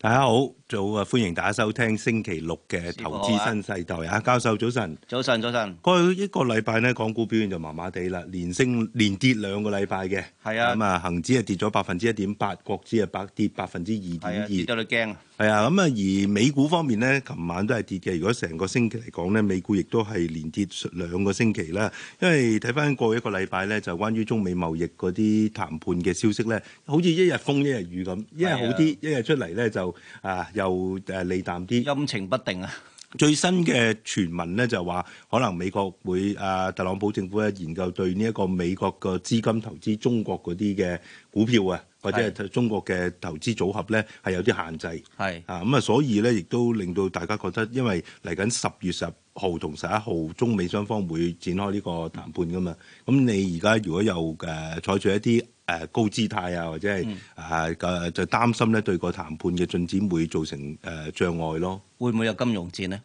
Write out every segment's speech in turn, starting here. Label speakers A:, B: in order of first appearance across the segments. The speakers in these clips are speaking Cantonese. A: 大家好，早啊！歡迎大家收聽星期六嘅投資新世代啊，教授早晨。
B: 早晨，早晨，
A: 過去一個禮拜呢，港股表現就麻麻地啦，連升連跌兩個禮拜嘅。
B: 係啊
A: 咁啊，恒指係跌咗百分之一點八，國指係百跌百分之二
B: 係啊，跌
A: 點
B: 到你驚啊！
A: 二。係啊，咁啊，而美股方面呢，琴晚都係跌嘅。如果成個星期嚟講呢，美股亦都係連跌兩個星期啦。因為睇翻過去一個禮拜呢，就關於中美貿易嗰啲談判嘅消息呢，好似一日風一日雨咁，一日好啲，一日出嚟呢，就啊又誒利淡啲，
B: 陰晴不定啊，
A: 最新嘅傳聞咧就話，可能美國會啊，特朗普政府咧研究對呢一個美國嘅資金投資中國嗰啲嘅股票啊，或者係中國嘅投資組合咧係有啲限制
B: 係
A: 啊，咁啊，所以咧亦都令到大家覺得，因為嚟緊十月十號同十一號中美雙方會展開呢個談判噶嘛，咁你而家如果有誒、呃、採取一啲誒、呃高姿態啊，或者係啊嘅就擔心咧對個談判嘅進展會造成誒、呃、障礙咯。
B: 會唔會有金融戰呢？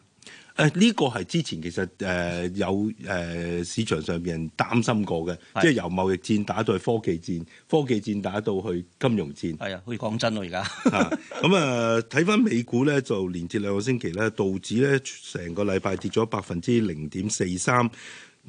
A: 誒呢個係之前其實誒、呃有誒、呃市場上邊人擔心過嘅，
B: 係
A: 即係由貿易戰打到去科技戰，科技戰打到去金融戰
B: 係啊，好似講真咯，而家
A: 啊咁啊睇翻美股咧，就連跌兩個星期咧，道指咧成個禮拜跌咗百分之零點四三。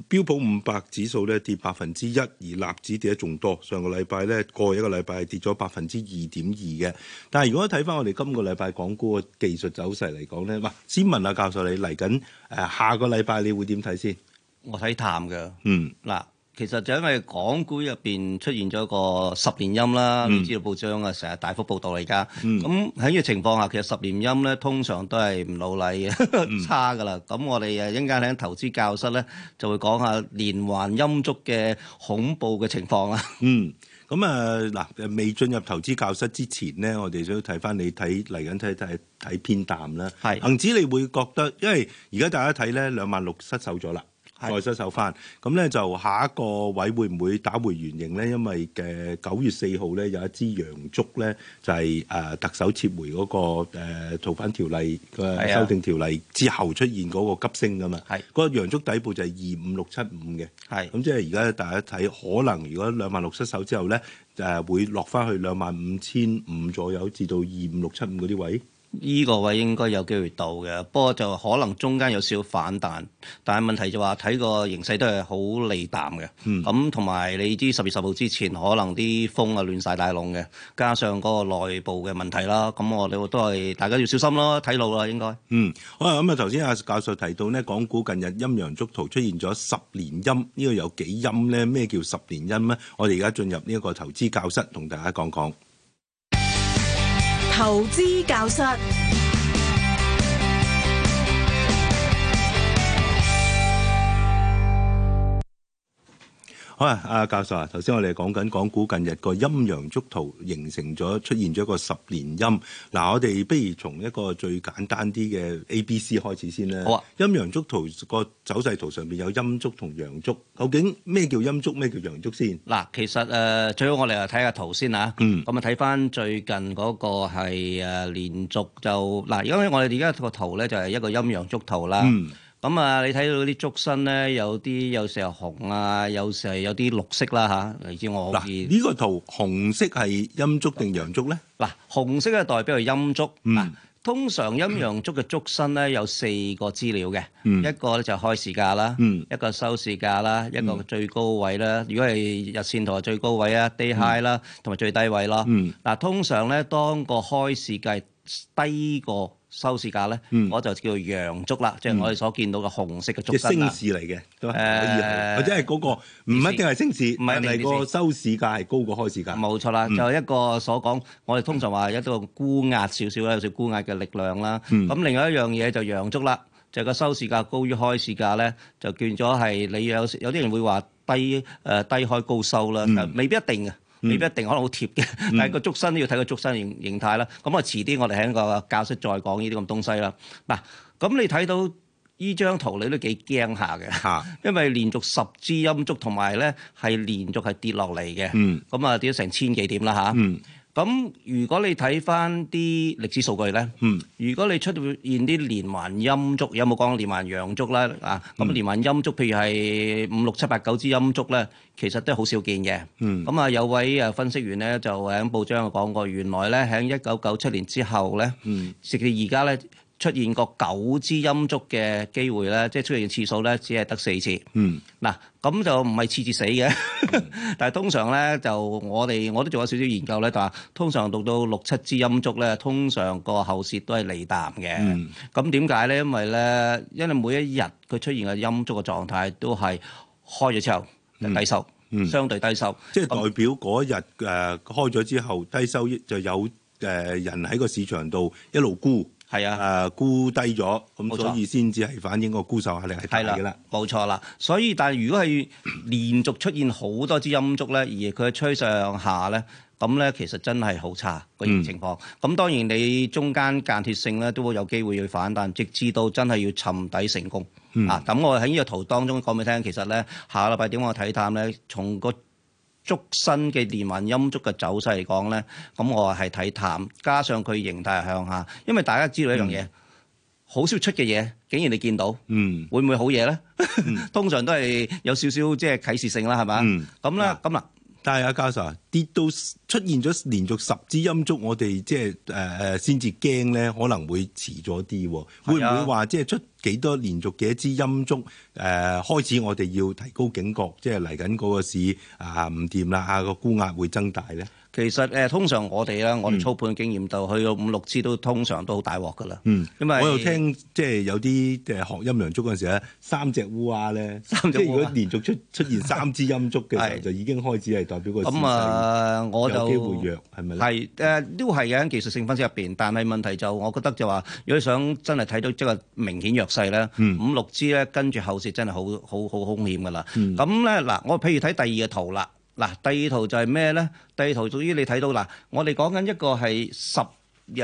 A: 標普五百指數咧跌百分之一，而納指跌得仲多。上個禮拜咧，過去一個禮拜係跌咗百分之二點二嘅。但係如果睇翻我哋今個禮拜港股嘅技術走勢嚟講咧，哇！先問下教授你嚟緊誒下個禮拜你會點睇先？
B: 我睇淡㗎。
A: 嗯
B: 嗱，其實就因為港股入邊出現咗個十年陰啦，
A: 嗯
B: 你知道報章啊，成日大幅報導啦而家。
A: 嗯
B: 咁喺呢個情況下，其實十年陰咧通常都係唔老禮嘅， 差㗎啦。咁我哋誒一陣間喺投資教室咧就會講下連環陰燭嘅恐怖嘅情況啦。
A: 嗯。咁啊嗱，誒未進入投資教室之前咧，我哋想睇翻你睇嚟緊睇睇睇偏淡啦。
B: 係
A: 恒指你會覺得，因為而家大家睇咧兩萬六失守咗啦。
B: 係
A: 再失守翻，咁咧就下一個位會唔會打回原形咧？因為嘅九月四號咧有一支洋燭咧，就係、誒、特首撤回嗰、個、誒逃犯條例嘅
B: 係
A: 修
B: 啊
A: 訂條例之後出現嗰個急升噶嘛，
B: 係
A: 嗰個洋燭底部就係二五六七五嘅。
B: 係
A: 咁即係而家大家睇，可能如果兩萬六失手之後咧，誒、會落翻去兩萬五千五左右，至到二五六七五嗰啲位。
B: 呢個位應該有機會到嘅，不過就可能中間有少少反彈，但係問題就話睇個形勢都係好利淡嘅。
A: 嗯
B: 咁同埋你知十月十號之前可能啲風啊亂晒大籠嘅，加上嗰個內部嘅問題啦，咁我哋都係大家要小心咯，睇路啦應該。
A: 嗯，好啊，咁啊，頭先阿教授提到咧，港股近日陰陽燭圖出現咗十連陰，呢、個有幾陰咧？咩叫十連陰咧？我哋而家進入呢一個投資教室，同大家講講。
C: 投資教室，
A: 好啊，阿教授啊，頭先我哋講緊港股近日個陰陽燭圖形成咗，出現咗一個十連陰。嗱，我哋不如從一個最簡單啲嘅 A、B、C 開始先啦。
B: 好啊，
A: 陰陽燭圖個走勢圖上邊有陰燭同陽燭，究竟咩叫陰燭，咩叫陽燭先？
B: 嗱，其實誒、呃最好我哋啊睇下圖先嚇，
A: 嗯
B: 咁啊睇翻最近嗰個係誒連續就嗱，因為我哋而家個圖咧就係一個陰陽燭圖啦。
A: 嗯
B: 咁啊，你睇到啲竹身咧，有啲有時候紅啊，有時候有啲綠色啦吓，嚟自我好
A: 嗱，
B: 似
A: 呢個圖紅色係陰燭定陽燭咧？
B: 嗱，紅色嘅代表係陰燭。
A: 嗯
B: 嗱，通常陰陽燭嘅燭身咧有四個資料嘅，
A: 嗯
B: 一個咧就開市價啦，
A: 嗯
B: 一個收市價啦，一個最高位啦。如果係日線圖係最高位啊，day high 啦，同埋最低位啦。
A: 嗯
B: 嗱，通常咧當個開市價係低過收市價咧，
A: 嗯
B: 我就叫做陽燭啦，即係我哋所見到嘅紅色嘅
A: 即
B: 燭
A: 係
B: 身啦
A: 升。市嚟嘅，都係可以係，
B: 啊誒
A: 或者係嗰個唔一定係升市，
B: 唔係
A: 但
B: 一定
A: 係個收市價係高過開市價。
B: 冇錯啦，就一個所講，我哋通常話一個沽壓少少啦，有少沽壓嘅力量啦。咁、
A: 嗯
B: 另外一樣嘢就陽燭啦，就個收市價高於開市價咧，就變咗係你有有啲人會話低誒、呃低開高收啦，
A: 嗯
B: 未必一定嘅。未必一定可能好貼嘅，但係個燭身都要睇個燭身形形態啦。咁啊，遲啲我哋喺個教室再講呢啲咁東西啦。嗱，咁你睇到呢張圖，你都幾驚下嘅。
A: 嚇，
B: 因為連續十支陰燭，同埋咧係連續係跌落嚟嘅，
A: 嗯
B: 咁啊、跌咗成千幾點啦吓，
A: 嗯
B: 咁如果你睇翻啲歷史數據咧，
A: 嗯
B: 如果你出現啲連環陰燭，有冇講連環陽燭啦？啊，
A: 嗯
B: 咁連環陰燭，譬如係五六七八九支陰燭咧，其實都係好少見嘅。
A: 嗯
B: 咁啊，有位誒分析員咧就喺報章講過，原來咧喺一九九七年之後咧，
A: 嗯
B: 直至而家咧出現過九支陰燭嘅機會咧，即係出現次數咧，只係得四次。
A: 嗯
B: 嗱，咁就唔係次次死嘅，但係通常咧就我哋我都做咗少少研究咧，就話通常讀到六七支陰燭咧，通常個後市都係利淡嘅。
A: 嗯
B: 咁點解咧？因為咧，因為每一日佢出現嘅陰燭嘅狀態都係開咗之後就低收，相對低收。
A: 嗯即係代表嗰一日誒開咗之後低收益就有誒、呃人喺個市場度一路沽，
B: 係啊
A: 誒、。沽低咗，咁
B: 冇錯
A: 所以先至係反映個沽售壓力係大
B: 係
A: 嘅啦
B: 啦。，冇錯啦。所以但係如果係連續出現好多支陰燭咧，而佢嘅趨上下咧，咁咧其實真係好差個
A: 嗯
B: 形情況。咁、當然你中間間歇性咧都會有機會去反彈，直至到真係要沉底成功、
A: 嗯
B: 啊！咁我喺呢個圖當中講俾你聽，其實咧下個禮拜點我睇淡咧，從個足身嘅連環陰燭嘅走勢嚟講咧，咁我係睇淡，加上佢形態係向下，因為大家知道一樣嘢，好、少出嘅嘢，竟然你見到。
A: 嗯
B: 會唔會好嘢咧？ 通常都係有少少即係啟示性啦，係嘛
A: 嗯？
B: 咁啦，咁啦，
A: 但係阿嘉 Sir 跌到出現咗連續十支陰燭，我哋即係誒誒先至驚咧，可能會遲咗啲喎。會唔
B: 係啊
A: 會話即係出幾多連續幾多支陰燭？誒、開始我哋要提高警覺，即係嚟緊嗰個市啊唔掂啦，啊個沽壓會增大咧。
B: 其實誒，通常我哋啦，我
A: 嗯
B: 哋操盤嘅經驗就去到五六支都通常都好大鑊噶啦。
A: 嗯，
B: 因為
A: 我又聽即係有啲誒學陰陽燭嗰陣時咧，三隻烏鴉咧，
B: 三隻
A: 即係如
B: 烏鴉
A: 果連續出出現三支陰燭嘅時候，
B: 係
A: 就已經開始係代表個市
B: 咁
A: 勢
B: 啊，我就
A: 有機會弱，係咪咧？
B: 係誒，都係嘅喺技術性分析入邊，但係問題就我覺得就話，如果你想真係睇到即係明顯弱勢咧，五六支咧跟住後市真係好好好好兇險噶啦。咁咧嗱，我譬如睇第二個圖啦，嗱第二圖就係咩咧？第二圖屬於你睇到嗱，我哋講緊一個係十。誒、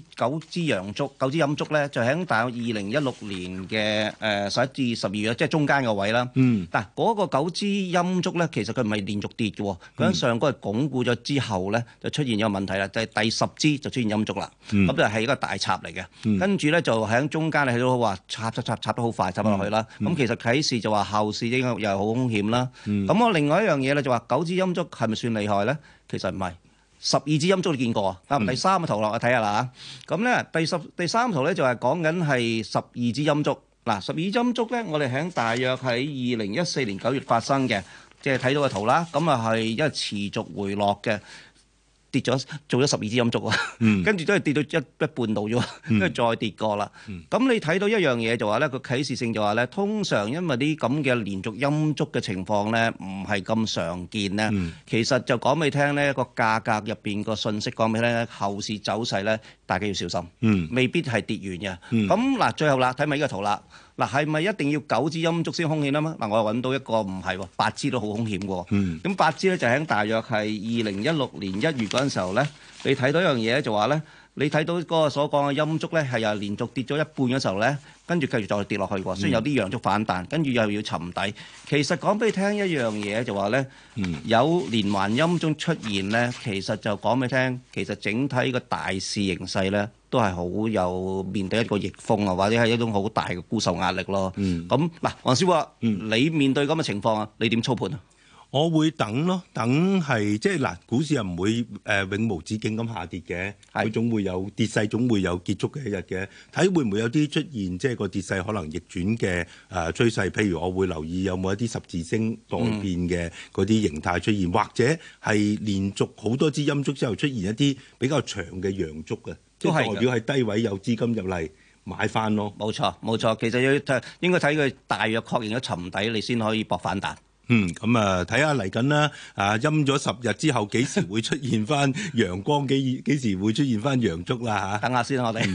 B: 九九支陽燭、九支陰燭咧，就喺大約二零一六年嘅誒十一至十二月，即係中間個位啦。
A: 嗯，
B: 嗱，嗰個九支陰燭咧，其實佢唔係連續跌嘅喎，佢喺上嗰日鞏固咗之後咧，就出現有問題啦，就係、第十支就出現陰燭啦，咁、就係一個大插嚟嘅。跟住咧就喺中間你睇到話插插插插得好快，插落去啦。咁、其實啟示就話後市應該又係好兇險啦。咁、我另外一樣嘢咧就話九支陰燭係咪算厲害咧？其實唔係。十二支陰燭你見過啊？啊，第三個圖啦，我睇下啦嚇。咁咧，第十第三圖咧就係講緊係十二支陰燭。嗱，十二支陰燭咧，我哋喺大約喺二零一四年九月發生嘅，即係睇到個圖啦。咁啊係因為持續回落嘅，跌咗做咗十二支陰燭啊， 跟住都係跌到一一半度啫喎，跟住再跌過啦。咁你睇到一樣嘢就話咧，個啟示性就話咧，通常因為啲咁嘅連續陰燭嘅情況咧，唔係咁常見咧。其實就講俾你聽咧，個價格入邊個信息講俾你聽咧，後市走勢咧，大家要小心。
A: 嗯
B: 未必係跌完嘅。咁嗱、最後啦，睇埋呢個圖啦。嗱，係咪一定要九支陰燭先兇險啊？嘛，嗱，我又揾到一個唔係喎，八支都好兇險嘅喎。
A: 嗯
B: 咁八支咧就喺大約係二零一六年一月嗰陣時候咧，你睇到一樣嘢咧就話咧，你睇到嗰個所講嘅陰燭咧係又連續跌咗一半嘅時候咧，跟住繼續再跌落去喎。雖然有啲陽燭反彈，跟住又要沉底。其實講俾你聽一樣嘢就話咧，有連環陰燭出現咧，其實就講俾你聽，其實整體個大市形勢咧。都係好有面對一個逆風啊，或者係一種好大嘅沽售壓力咯。咁嗱、黃師傅啊，你面對咁嘅情況啊，你點操盤啊？
A: 我會等咯，等係即係嗱，股市又唔會誒、呃永無止境咁下跌嘅，
B: 係
A: 佢總會有跌勢，總會有結束嘅一日嘅。睇會唔會有啲出現即係個跌勢可能逆轉嘅誒、呃、趨勢？譬如我會留意有冇一啲十字星代變嘅嗰啲形態出現，或者係連續好多支陰燭之後出現一啲比較長嘅陽燭嘅，即
B: 都係
A: 係
B: 㗎
A: 代表係低位有資金入嚟買翻咯。
B: 冇錯，冇錯，其實要睇應該睇佢大約確認咗沉底，你先可以搏反彈。
A: 嗯，咁啊，睇下嚟緊啦，啊，陰咗十日之後，幾時會出現翻陽光？幾幾時會出現翻陽燭啦？嚇！
B: 等下先啊，我哋。